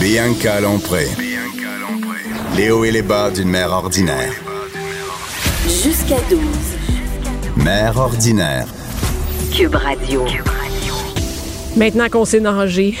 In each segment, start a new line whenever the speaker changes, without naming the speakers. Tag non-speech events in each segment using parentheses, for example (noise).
Bianca Lompré. Les hauts et les bas d'une mère ordinaire.
Jusqu'à 12.
Mère ordinaire.
Cube Radio.
Maintenant qu'on s'est nager.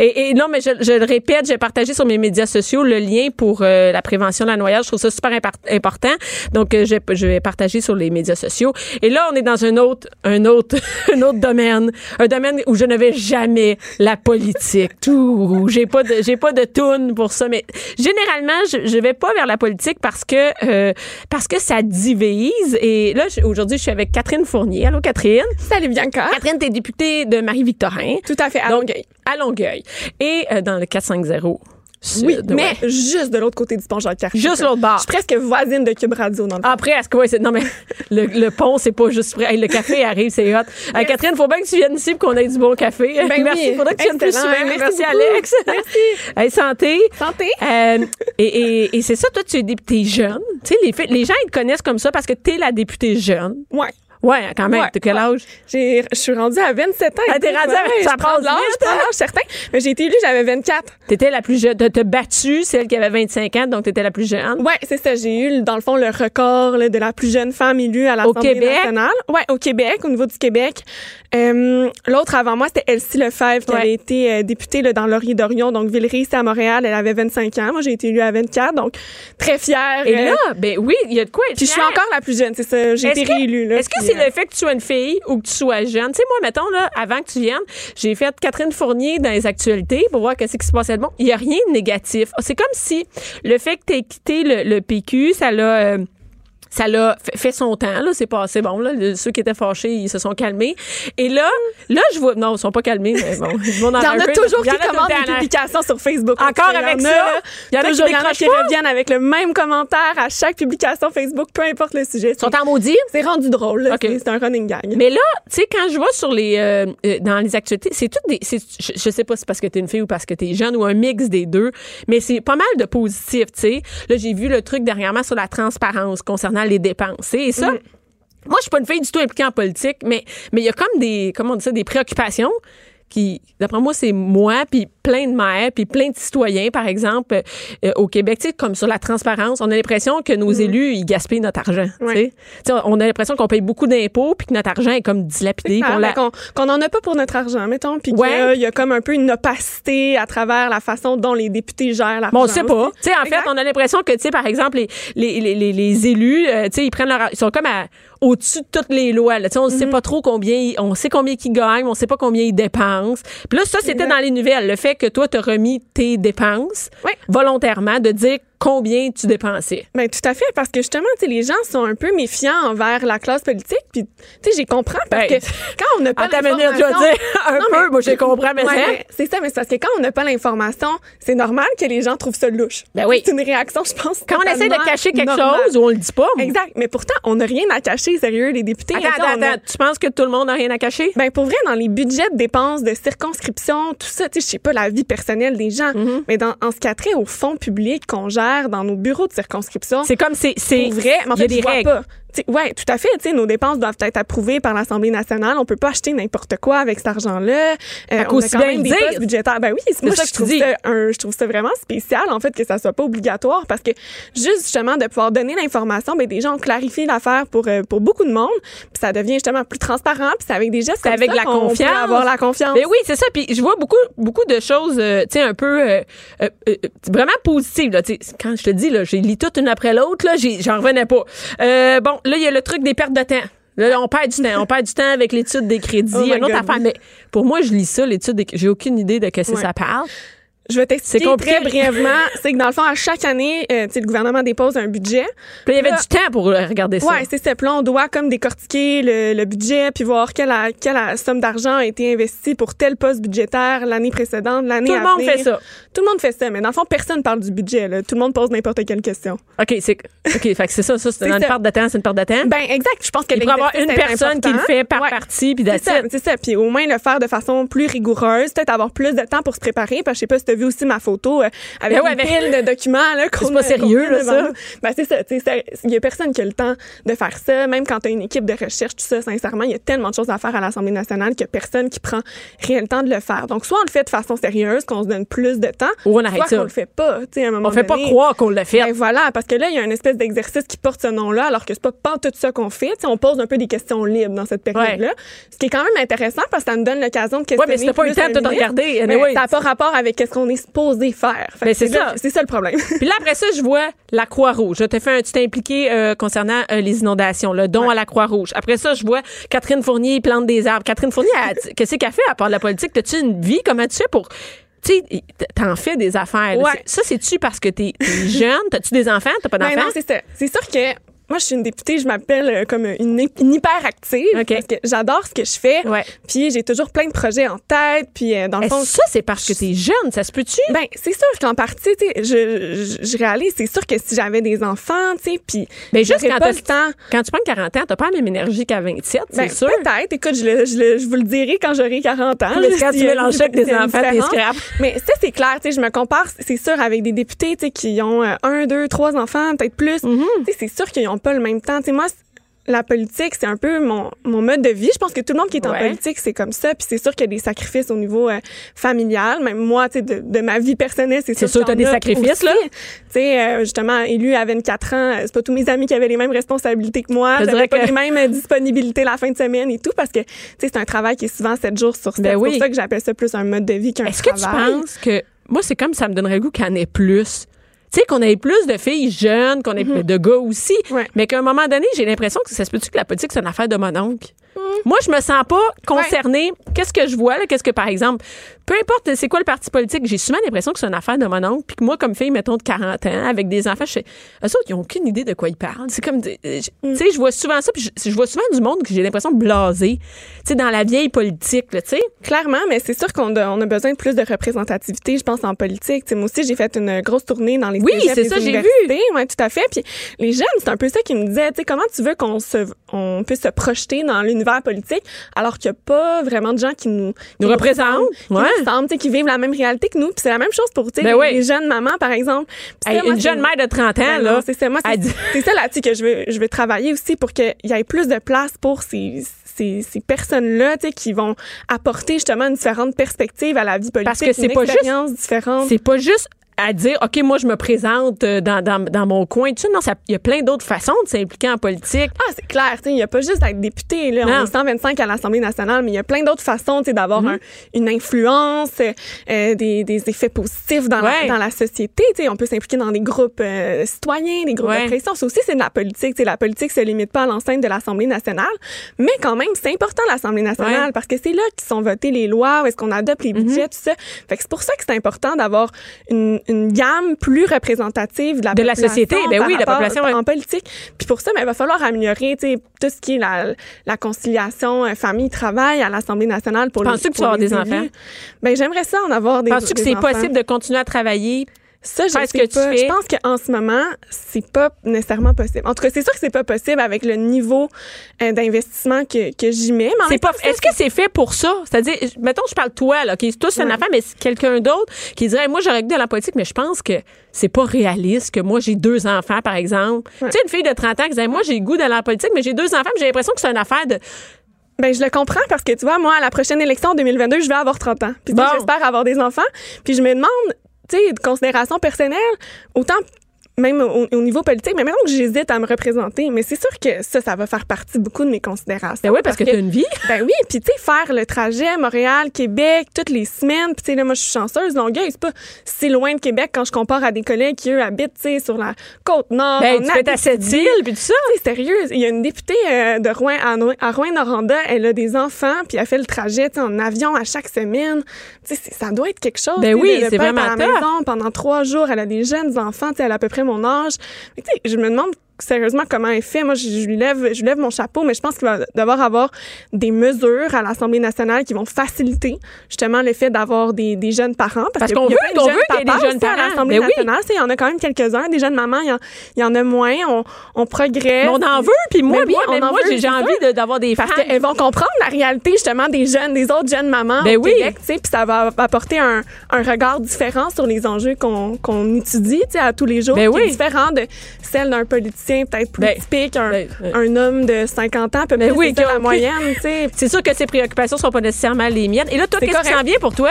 Et, et non, mais je, je le répète, j'ai partagé sur mes médias sociaux le lien pour euh, la prévention de la noyade. Je trouve ça super impar- important. Donc, euh, je, je vais partager sur les médias sociaux. Et là, on est dans un autre, un autre, (laughs) un autre domaine, un domaine où je ne vais jamais la politique. Tout, j'ai pas de, j'ai pas de tune pour ça. Mais généralement, je, je vais pas vers la politique parce que, euh, parce que ça divise. Et là, je- aujourd'hui, je suis avec Catherine Fournier. Allô, Catherine.
Salut Bianca.
Catherine, t'es députée de Marie-Victorin.
Tout à fait. à
Donc,
Longueuil.
à Longueuil. Et euh, dans le 450 Sud.
oui,
ouais.
mais (laughs) juste de l'autre côté du pont Jean-Cartier.
Juste Ah, l'autre bord.
Je suis presque voisine de Cube Radio dans le fond.
Après, est-ce que ouais, c'est- non mais (laughs) le, le pont c'est pas juste prêt. Hey, le café arrive, c'est hot. Euh, Catherine, faut bien que tu viennes ici pour qu'on ait du bon café.
Ben
merci,
oui,
faudrait que tu viennes plus souvent.
excellent.
Merci,
(laughs) Merci beaucoup.
Alex. Merci. santé.
Santé.
Euh, et et, et c'est ça, toi tu es députée jeune. Tu sais les filles- les gens ils te connaissent comme ça parce que t'es la députée jeune.
Ouais.
Ouais, quand même.
Ouais,
T'as quel
ouais.
âge
J'ai- Je suis rendue à 27 ans.
Ah, t'es rendue à- hein?
Ouais,
ça
je prends
passe
de l'âge,
vite,
je prends de l'âge, certain. Mais j'ai été élue, j'avais 24.
T'étais la plus jeune. T'as t'as battu celle qui avait 25 ans, donc t'étais la plus jeune.
Ouais, c'est ça. J'ai eu, dans le fond, le record là, de la plus jeune femme élue à l'Assemblée
Québec?
nationale. Ouais, au Québec, au niveau du Québec. Euh, L'autre avant moi, c'était Elsie Lefebvre, qui
Ouais.
avait été euh, députée là, dans Laurier-Dorion, donc Villeray, c'est à Montréal. Elle avait 25 ans. Moi, j'ai été élue à 24, donc très fière.
Et
euh,
là, ben oui, il y a de quoi. être
Puis je suis
fière.
encore la plus jeune, c'est ça. J'ai
Est-ce
été
que-
réélue. là,
Est-ce que
puis,
c'est
euh,
le fait que tu sois une fille ou que tu sois jeune? Tu sais, moi, mettons, là, avant que tu viennes, j'ai fait Catherine Fournier dans les actualités pour voir qu'est-ce qui se passait de bon. Il n'y a rien de négatif. Ah, C'est comme si le fait que tu aies quitté le, le PQ, ça l'a. euh, ça l'a fait- fait son temps, là, c'est passé. Bon, là, le- ceux qui étaient fâchés, ils se sont calmés. Et là, là, je vois. Non, ils sont pas calmés, mais bon. ils vont en
(laughs) Il y en
un
a
peu.
toujours
Il y en
qui
a tout le
commandent
temps,
des
hein.
publications sur Facebook.
Encore
Il y en
avec
a,
ça? Il y en a qui
toujours,
décrochent
qui
pas?
reviennent avec le même commentaire à chaque publication Facebook, peu importe le sujet.
Ils sont en maudit.
C'est rendu drôle. là.
Ok.
C'est- C'est un running gag.
Mais là, tu sais, quand je vois sur les euh, euh, dans les actualités, c'est tout des. c'est- Je, je sais pas si c'est parce que t'es une fille ou parce que t'es jeune ou un mix des deux, mais c'est pas mal de positif, tu sais. Là, j'ai vu le truc dernièrement sur la transparence concernant les dépenses. Et ça. Moi, je suis pas une fille du tout impliquée en politique, mais mais il y a comme des comment on dit ça, des préoccupations qui, d'après moi, c'est moi, puis plein de maires, puis plein de citoyens, par exemple, euh, euh, au Québec, tu sais, comme sur la transparence, on a l'impression que nos élus, ils gaspillent notre argent. tu sais.
Ouais.
Tu sais, On a l'impression qu'on paye beaucoup d'impôts, puis que notre argent est comme dilapidé.
Ah,
qu'on
mais
la-
Qu'on qu'on en a pas pour notre argent, mettons. Puis qu'il
Ouais.
y a- il y a comme un peu une opacité à travers la façon dont les députés gèrent l'argent.
Mais on sait pas. Tu sais, en
Exact.
fait, on a l'impression que, tu sais, par exemple, les, les, les, les, les élus, euh, tu sais, ils prennent leur, ils sont comme à- au-dessus de toutes les lois, là. Tu sais, on sait
Mm-hmm.
pas trop combien, ils- on sait combien qu'ils gagnent, mais on sait pas combien ils dépensent. Puis là, ça, c'était dans les nouvelles. Le fait que toi, t'as remis tes dépenses
Ouais.
volontairement de dire combien tu dépensais.
Ben, tout à fait, parce que justement, tu sais, les gens sont un peu méfiants envers la classe politique. Puis, tu sais, j'y comprends parce
Ben,
que quand on n'a pas
À ta manière de
l'information-
dire, un
Non,
peu,
mais-
moi, j'ai compris, mais
Ouais,
ça-
mais c'est ça, mais c'est parce que quand on n'a pas l'information, c'est normal que les gens trouvent ça louche.
Ben oui.
C'est une réaction, je pense.
Quand on essaie de
totalement
cacher quelque
normale.
chose, on le dit pas. moi.
Exact. Mais pourtant, on n'a rien à cacher, sérieux, les députés.
Attends,
on a-
attends, attends. Tu penses que tout le monde a rien à cacher?
Ben pour vrai, dans les budgets de dépenses, de circonscription, tout ça, tu sais, je sais pas la vie personnelle des gens,
Mm-hmm.
mais dans, en ce qui a trait aux fonds publics qu'on gère dans nos bureaux de circonscription,
C'est comme c'est c'est
pour vrai, mais en
il y a
fait,
des
je vois
règles.
pas. Tu sais, ouais, tout à fait. tu sais, nos dépenses doivent être approuvées par l'Assemblée nationale. On peut pas acheter n'importe quoi avec cet argent-là. Euh, on a
qu'aussi
quand
bien
même des
le dire.
postes budgétaires. Ben oui, moi,
ça que
je,
tu
trouve
dis.
ça un- je trouve ça vraiment spécial, en fait, que ça soit pas obligatoire parce que juste, justement, de pouvoir donner l'information, ben, des gens ont clarifié l'affaire pour, euh, pour beaucoup de monde. Puis ça devient justement plus transparent. Puis c'est avec des gestes
C'est
comme
avec
ça
la
qu'on peut
confiance.
avoir la confiance.
Mais Ben oui, c'est ça. Puis je vois beaucoup, beaucoup de choses, euh, tu sais, un peu euh, euh, euh, vraiment positives. Là, Tu sais, quand je te dis, là, j'ai lis toutes une après l'autre, là, j'ai- j'en revenais pas. Euh, bon, là, il y a le truc des pertes de temps. Là, là, on perd du temps. On perd du temps avec l'étude des crédits.
Oh my
une autre
God,
affaire.
oui.
Mais pour moi, je lis ça, l'étude des J'ai aucune idée de qu'est-ce que
Ouais.
ça parle.
Je vais t'expliquer
C'est compliqué.
très brièvement. c'est que dans le fond, à chaque année, euh, tu sais, le gouvernement dépose un budget.
Puis là, il y avait
Là-
du temps pour euh, regarder ça.
Ouais, c'est ça. Puis là, on doit comme décortiquer le, le budget puis voir quelle, a- quelle a- somme d'argent a été investie pour tel poste budgétaire l'année précédente, l'année
Tout le
à
monde
venir.
fait ça.
Tout le monde fait ça, mais dans le fond, personne parle du budget. Là. Tout le monde pose n'importe quelle question.
OK, c'est OK, fait que c'est ça, ça, c'est
C'est
dans une
ça.
perte de temps, c'est une perte de temps.
Ben exact. Je pense que
il pourrait y avoir une
l'exercice est
personne qui le
important.
fait par
Ouais.
partie, puis
C'est ça,
d'assiette.
c'est ça. Puis au moins le faire de façon plus rigoureuse, peut-être avoir plus de temps pour se préparer. Parce que je sais pas si t'as vu aussi ma photo euh, avec
Ben ouais,
une
mais-
pile de documents. là,
(laughs)
qu'on
C'est pas
a- qu'on
sérieux,
a
là,
devant
ça.
nous. Ben, c'est ça. tu sais, Il y a personne qui a le temps de faire ça. Même quand tu as une équipe de recherche, tout ça, sincèrement, il y a tellement de choses à faire à l'Assemblée nationale qu'il y a personne qui prend réel temps de le faire. Donc, soit on le fait de façon sérieuse, qu'on se donne plus de temps,
Ou on arrête
soit
ça.
qu'on le fait pas. tu sais, À un moment
On fait pas
donné.
croire qu'on l'a fait.
Ben voilà, parce que là, il y a une espèce d'exercice qui porte ce nom-là, alors que c'est pas pas tout ça qu'on fait. Tu sais, on pose un peu des questions libres dans cette période-là, ce qui est quand même intéressant parce que ça nous donne l'occasion de questionner.
mais si t'as pas eu le
plus
temps
un
de tout
ministre,
regarder,
ben,
anyway,
ça n'a pas rapport avec ce qu'on est supposé faire. Fait
Ben,
que
c'est
là-
ça.
C'est ça
(laughs)
le problème.
Puis là, après ça, je vois la Croix-Rouge. Je t'ai fait un, tu t'es impliqué euh, concernant euh, les inondations, le don à la Croix-Rouge. Après ça, je vois Catherine Fournier plante des arbres. Catherine Fournier, elle- qu'est-ce qu'elle fait à part de la politique? T'as-tu une vie? Comment tu fais pour... Tu sais, t'en fais des affaires. là.
Ouais.
C'est- Ça, c'est-tu parce que t'es t'es (laughs) jeune? T'as-tu des enfants? T'as pas
Ben non,
d'enfants?
c'est ça. C'est sûr que moi, je suis une députée, je m'appelle euh, comme une, hy- une hyperactive
OK.
parce que j'adore ce que je fais.
Ouais.
Puis j'ai toujours plein de projets en tête. Puis euh, dans le
Est-ce
fond,
que ça, c'est parce que t'es jeune? Ça se peut-tu?
Ben, c'est sûr qu'en partie, tu sais, je, je, je réalise, c'est sûr que si j'avais des enfants, tu sais, puis
Ben,
j'aurais
juste quand,
pas
t'as-
le temps.
quand tu prends 40 ans, t'as pas la même énergie qu'à 27, c'est
Ben,
sûr.
peut-être. Écoute, je, le- je, le- je vous le dirai quand j'aurai 40 ans.
Mais
là,
quand tu
si, euh,
mélanges ça avec des
c'est une
enfants, t'es
différence.
scrap.
Mais ça, c'est clair. Tu sais, je me compare, c'est sûr, avec des députés, tu sais, qui ont euh, un, deux, trois enfants, peut-être plus.
Mm-hmm.
Tu sais, c'est sûr qu'ils n'ont pas le même temps. Tu sais, moi, c'est- la politique, c'est un peu mon, mon mode de vie. Je pense que tout le monde qui est en
Ouais.
politique, c'est comme ça. Puis c'est sûr qu'il y a des sacrifices au niveau euh, familial. Même moi, tu sais, de, de ma vie personnelle, c'est
C'est
sûr
sûr, t'as
qu'il
des
y en a
sacrifices,
aussi.
là.
Tu sais, euh, justement, élu à 24 ans, euh, c'est pas tous mes amis qui avaient les mêmes responsabilités que moi.
Je
J'avais
dirais
pas
que-
les même euh, disponibilité la fin de semaine et tout parce que tu sais c'est un travail qui est souvent 7 jours sur 7.
Ben oui.
C'est pour ça que j'appelle ça plus un mode de vie qu'un travail.
Est-ce que tu penses que moi c'est comme ça me donnerait le goût qu'il y en ait plus. Tu sais qu'on ait plus de filles jeunes, qu'on ait plus de gars aussi,
Mhm. Ouais.
mais qu'à un moment donné, j'ai l'impression que ça se peut-tu que la politique c'est une affaire de mon oncle.
Mhm.
Moi, je me sens pas concernée. Qu'est-ce que je vois là Qu'est-ce que par exemple, peu importe c'est quoi le parti politique, j'ai souvent l'impression que c'est une affaire de mon oncle. Puis que moi, comme fille, mettons de 40 ans, avec des enfants, je fais, eux autres, ils ont aucune idée de quoi ils parlent. C'est comme, des- euh, je-
Mm.
tu sais, je vois souvent ça. Puis je, je vois souvent du monde que j'ai l'impression de blaser. Tu sais, dans la vieille politique, là, tu sais.
Clairement, mais c'est sûr qu'on a, on a besoin de plus de représentativité, je pense, en politique. Tu sais, moi aussi, j'ai fait une grosse tournée dans les
Oui,
cégeps,
c'est
les
ça, j'ai vu.
universités. Ouais, tout à fait. Puis les jeunes, c'est un peu ça qui me disaient, tu sais, comment tu veux qu'on se, on puisse se projeter dans l'univers politique alors qu'il n'y a pas vraiment de gens qui nous, qui
Nous représentent,
ressemblent, qui nous
ouais.
ressemblent, tu sais, qui vivent la même réalité que nous. Puis c'est la même chose pour, tu sais,
Ben
les,
oui.
les jeunes mamans, par exemple. Puis ça,
Hey,
moi,
une
c'est-
jeune mère de 30 ans,
Ben
là.
non, c'est ça. Moi, c'est-
elle dit-
c'est ça là-dessus que je veux, je veux travailler aussi pour qu'il y ait plus de place pour ces, ces, ces personnes-là, tu sais, qui vont apporter justement une différente perspective à la vie politique.
Parce que c'est
une
pas juste-
expérience différente.
C'est pas juste à dire, OK, moi, je me présente euh, dans, dans, dans mon coin. Tu sais, non, ça- il y a plein d'autres façons de s'impliquer en politique.
Ah, c'est clair, tu sais, il n'y a pas juste d'être député, là.
Non. Mm-hmm.
On est 125 à l'Assemblée nationale, mais il y a plein d'autres façons, tu sais, d'avoir un- une influence, euh, des, des effets positifs dans,
Ouais.
la, dans la société, tu sais. On peut s'impliquer dans des groupes euh, citoyens, des groupes
Ouais.
de pression. Ça aussi, c'est de la politique, tu sais. La politique se limite pas à l'enceinte de l'Assemblée nationale, mais quand même, c'est important, l'Assemblée nationale,
Ouais. Mm-hmm.
parce que c'est là qu'ils sont votées les lois, où est-ce qu'on adopte les budgets, tout ça. Fait que c'est pour ça que c'est important d'avoir une, une gamme plus représentative de la
De la
population
société, ben
par
oui, la
rapport-
population, ouais.
en politique. Puis pour ça, ben, il va falloir améliorer tu sais, tout ce qui est la, la conciliation euh, famille-travail à l'Assemblée nationale pour les
Penses-tu que tu
pour
vas avoir
les
des
élus.
enfants?
Ben, J'aimerais ça en avoir des
Penses-tu que
des
c'est
enfants.
possible de continuer à travailler?
Ça, je
faire ce
sais
que tu
pas.
fais?
Je pense qu'en ce moment, c'est pas nécessairement possible. En tout cas, c'est sûr que c'est pas possible avec le niveau euh, d'investissement que, que j'y mets. mais en
C'est
même temps,
pas, est-ce que c'est fait pour ça? C'est-à-dire, je- mettons, je parle de toi, là, qui toi, c'est une affaire, mais c'est quelqu'un d'autre qui dirait, Hey, moi, j'aurais goût à la politique, mais je pense que c'est pas réaliste que moi, j'ai deux enfants, par exemple. Tu sais, une fille de 30 ans qui disait, moi, j'ai goût d'aller en politique, mais j'ai deux enfants, mais j'ai l'impression que c'est une affaire de,
Ben, je le comprends parce que tu vois, moi, à la prochaine élection en 2022, je vais avoir 30 ans. Puis tu sais,
Bon.
j'espère avoir des enfants. Puis je me demande, tu sais, de considération personnelle, autant même au, au niveau politique, mais maintenant que j'hésite à me représenter, mais c'est sûr que ça, ça va faire partie beaucoup de mes considérations.
ben oui, parce que t'as une vie.
Ben oui, puis tu sais, faire le trajet Montréal, Québec, toutes les semaines, puis tu sais, là, moi, je suis chanceuse, Longueuil, c'est pas si loin de Québec quand je compare à des collègues qui, eux, habitent, tu sais, sur la Côte-Nord,
Ben,
en
tu peux être à cette île, puis tout ça.
c'est sérieux. Il y a une députée euh, de Rouen, à, Rouen- à Rouen-Noranda, elle a des enfants, puis elle fait le trajet tu sais, en avion à chaque semaine. Tu sais, c'est- ça doit être quelque chose.
Ben
tu sais,
oui,
de- de
c'est
pas être
vraiment
à la
tough.
maison pendant trois jours. Elle a des jeunes enfants, tu sais, elle a à peu près mon âge. Mais tu sais, je me demande sérieusement comment elle fait. Moi, je, je lui lève, je lui lève mon chapeau, mais je pense qu'il va devoir avoir des mesures à l'Assemblée nationale qui vont faciliter justement le fait d'avoir des, des jeunes parents.
Parce
que
qu'on
il y a
veut-
plein de
on
jeunes
veut qu'il y ait des
papas
jeunes
aussi à
parents.
l'Assemblée
Ben oui.
nationale, tu sais, Ah, il y en a quand même quelques-uns. Des jeunes mamans, il y en, il y en a moins. On, on progresse.
Mais on en veut, puis moi,
Mais oui,
moi,
on
même
en
moi,
veut,
j'ai- j'ai
c'est
envie
ça.
de- d'avoir des
Parce
femmes.
qu'elles vont comprendre la réalité, justement, des jeunes, des autres jeunes mamans
Ben
au
oui.
Québec, tu sais, puis ça va apporter un, un regard différent sur les enjeux qu'on qu'on étudie, tu sais, à tous les jours,
Ben
qui est
oui.
différent de celle d'un politicien peut-être plus
Ben,
typique, un,
ben, ben.
un homme de 50 ans, peut-être
Ben oui,
c'est ça,
qui a
la
aucune-
moyenne, tu sais.
C'est sûr que ces préoccupations sont pas nécessairement les miennes. Et là, toi,
C'est
qu'est-ce qui
correct.
s'en vient pour toi?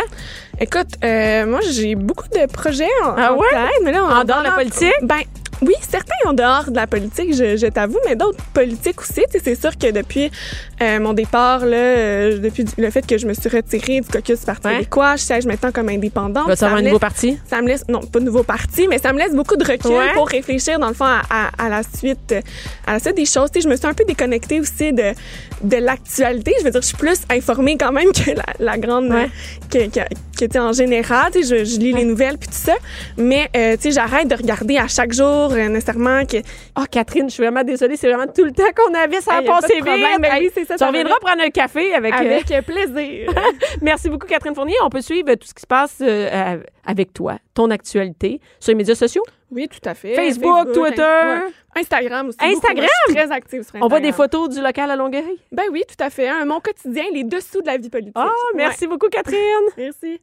Écoute, euh, moi, j'ai beaucoup de projets en,
Ah
en
ouais?
tête, mais là, on-
En dehors de la politique?
Ben, oui, certains en dehors de la politique, je, je t'avoue, mais d'autres politiques aussi. Tu sais, c'est sûr que depuis euh, mon départ, là, euh, depuis du- le fait que je me suis retirée du caucus du Parti
Ouais.
québécois, je siège maintenant comme indépendante.
Vas-tu
ça
avoir un
me
nouveau
laisse-
parti?
ça me laisse, non, pas de nouveau parti, mais ça me laisse beaucoup de recul
Ouais.
pour réfléchir, dans le fond, à, à- à la suite, euh, à la suite des choses. Tu sais, je me suis un peu déconnectée aussi de, de l'actualité. Je veux dire, je suis plus informée quand même que la, la grande,
Ouais.
euh, que, que, que, tu sais, en général. Tu sais, je, je lis les nouvelles puis tout ça. Mais, euh, tu sais, j'arrête de regarder à chaque jour, euh, nécessairement, que,
Oh, Catherine, je suis vraiment désolée. C'est vraiment tout le temps qu'on avait. Ça a
Hey, y a pas
passé
de problème.
vite.
Ben
Hey,
oui, c'est ça,
Tu
ça
reviendras
va
prendre un café avec... euh,
avec plaisir.
(laughs) Merci beaucoup, Catherine Fournier. On peut suivre tout ce qui se passe euh, euh, avec toi, ton actualité, sur les médias sociaux.
oui, tout à fait.
Facebook, Twitter.
Inst- ouais. Instagram aussi. beaucoup.
Instagram?
Moi, je suis très active sur Instagram.
On voit des photos du local à Longueuil.
Ben oui, tout à fait. hein, mon quotidien, les dessous de la vie politique.
Ah,
Ouais.
merci beaucoup, Catherine.
Merci.